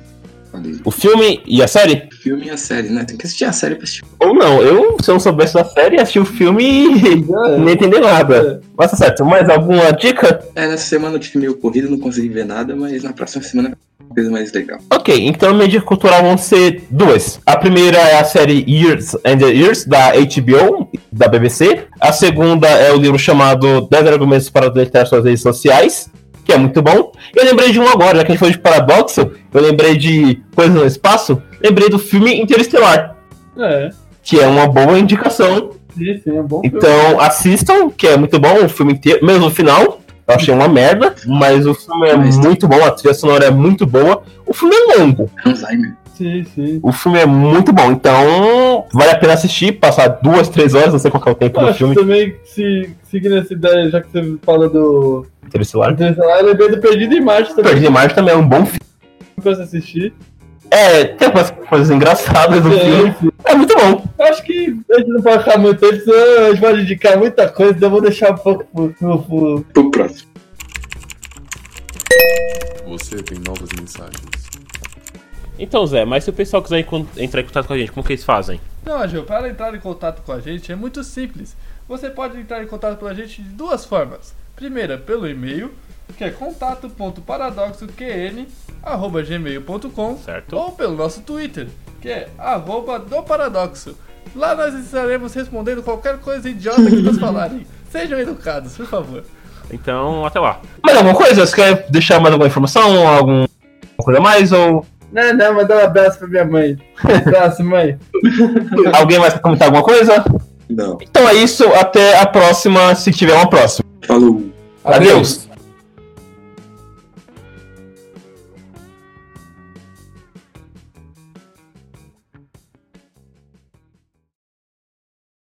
Speaker 4: Falei.
Speaker 1: O filme e a série?
Speaker 4: Filme e a série, né? Tem que assistir a série pra assistir.
Speaker 1: Ou não, eu, se eu não soubesse da série, assisti o filme e
Speaker 2: Já
Speaker 1: não
Speaker 2: é.
Speaker 1: entendi nada. Mas tá certo, mais alguma dica?
Speaker 4: É, nessa semana eu tive meio corrido, não consegui ver nada, mas na próxima semana coisa mais legal.
Speaker 1: Ok, então minha dica cultural vão ser duas. A primeira é a série Years and the Years, da HBO, da BBC. A segunda é o livro chamado 10 Argumentos para Deletar Suas Redes Sociais, que é muito bom. Eu lembrei de um agora, já que a gente falou de paradoxo, eu lembrei de Coisas no Espaço, lembrei do filme Interestelar,
Speaker 2: É,
Speaker 1: que é uma boa indicação
Speaker 2: sim, sim, é bom. filme.
Speaker 1: Então assistam, que é muito bom o filme inteiro, mesmo o final. Eu achei uma merda, mas o filme é
Speaker 4: Mas-
Speaker 1: muito bom, a trilha sonora é muito boa. O filme é longo,
Speaker 4: É Alzheimer.
Speaker 2: Sim, sim.
Speaker 1: o filme é muito bom, então vale a pena assistir, passar duas, três horas, não sei qual que é o tempo
Speaker 2: Eu
Speaker 1: do
Speaker 2: Acho
Speaker 1: filme
Speaker 2: que também, se, seguindo essa ideia, já que você fala do
Speaker 1: Interestelar.
Speaker 2: Interestelar, eu lembrei do Perdido em Marte também,
Speaker 1: Perdido em Marte também é um bom filme.
Speaker 2: pra você assistir.
Speaker 1: É, tem algumas coisas engraçadas do filme.
Speaker 2: É,
Speaker 1: É muito bom.
Speaker 2: eu acho que a gente não pode ficar muito tempo, senão a gente pode indicar muita coisa, então eu vou deixar um pouco pro, pro, pro-
Speaker 4: Pro próximo.
Speaker 3: Você tem novas mensagens.
Speaker 6: Então, Zé, mas se o pessoal quiser encon- entrar em contato com a gente, como que eles fazem?
Speaker 7: Não, Gil, para entrar em contato com a gente é muito simples. Você pode entrar em contato com a gente de duas formas. Primeira, pelo e-mail, que é contato.paradoxoqn.gmail.com
Speaker 6: Certo.
Speaker 7: ou pelo nosso Twitter, que é arroba do paradoxo. Lá nós estaremos respondendo qualquer coisa idiota que nos falarem. Sejam educados, por favor.
Speaker 6: Então, até lá.
Speaker 1: Mais alguma coisa? Você quer deixar mais alguma informação? Alguma coisa a mais? Ou
Speaker 2: Não, não, mandar um abraço pra minha mãe. Um abraço, mãe.
Speaker 1: alguém mais quer comentar alguma coisa?
Speaker 4: Não.
Speaker 1: Então é isso, até a próxima, se tiver uma próxima.
Speaker 4: Falou.
Speaker 1: Adeus.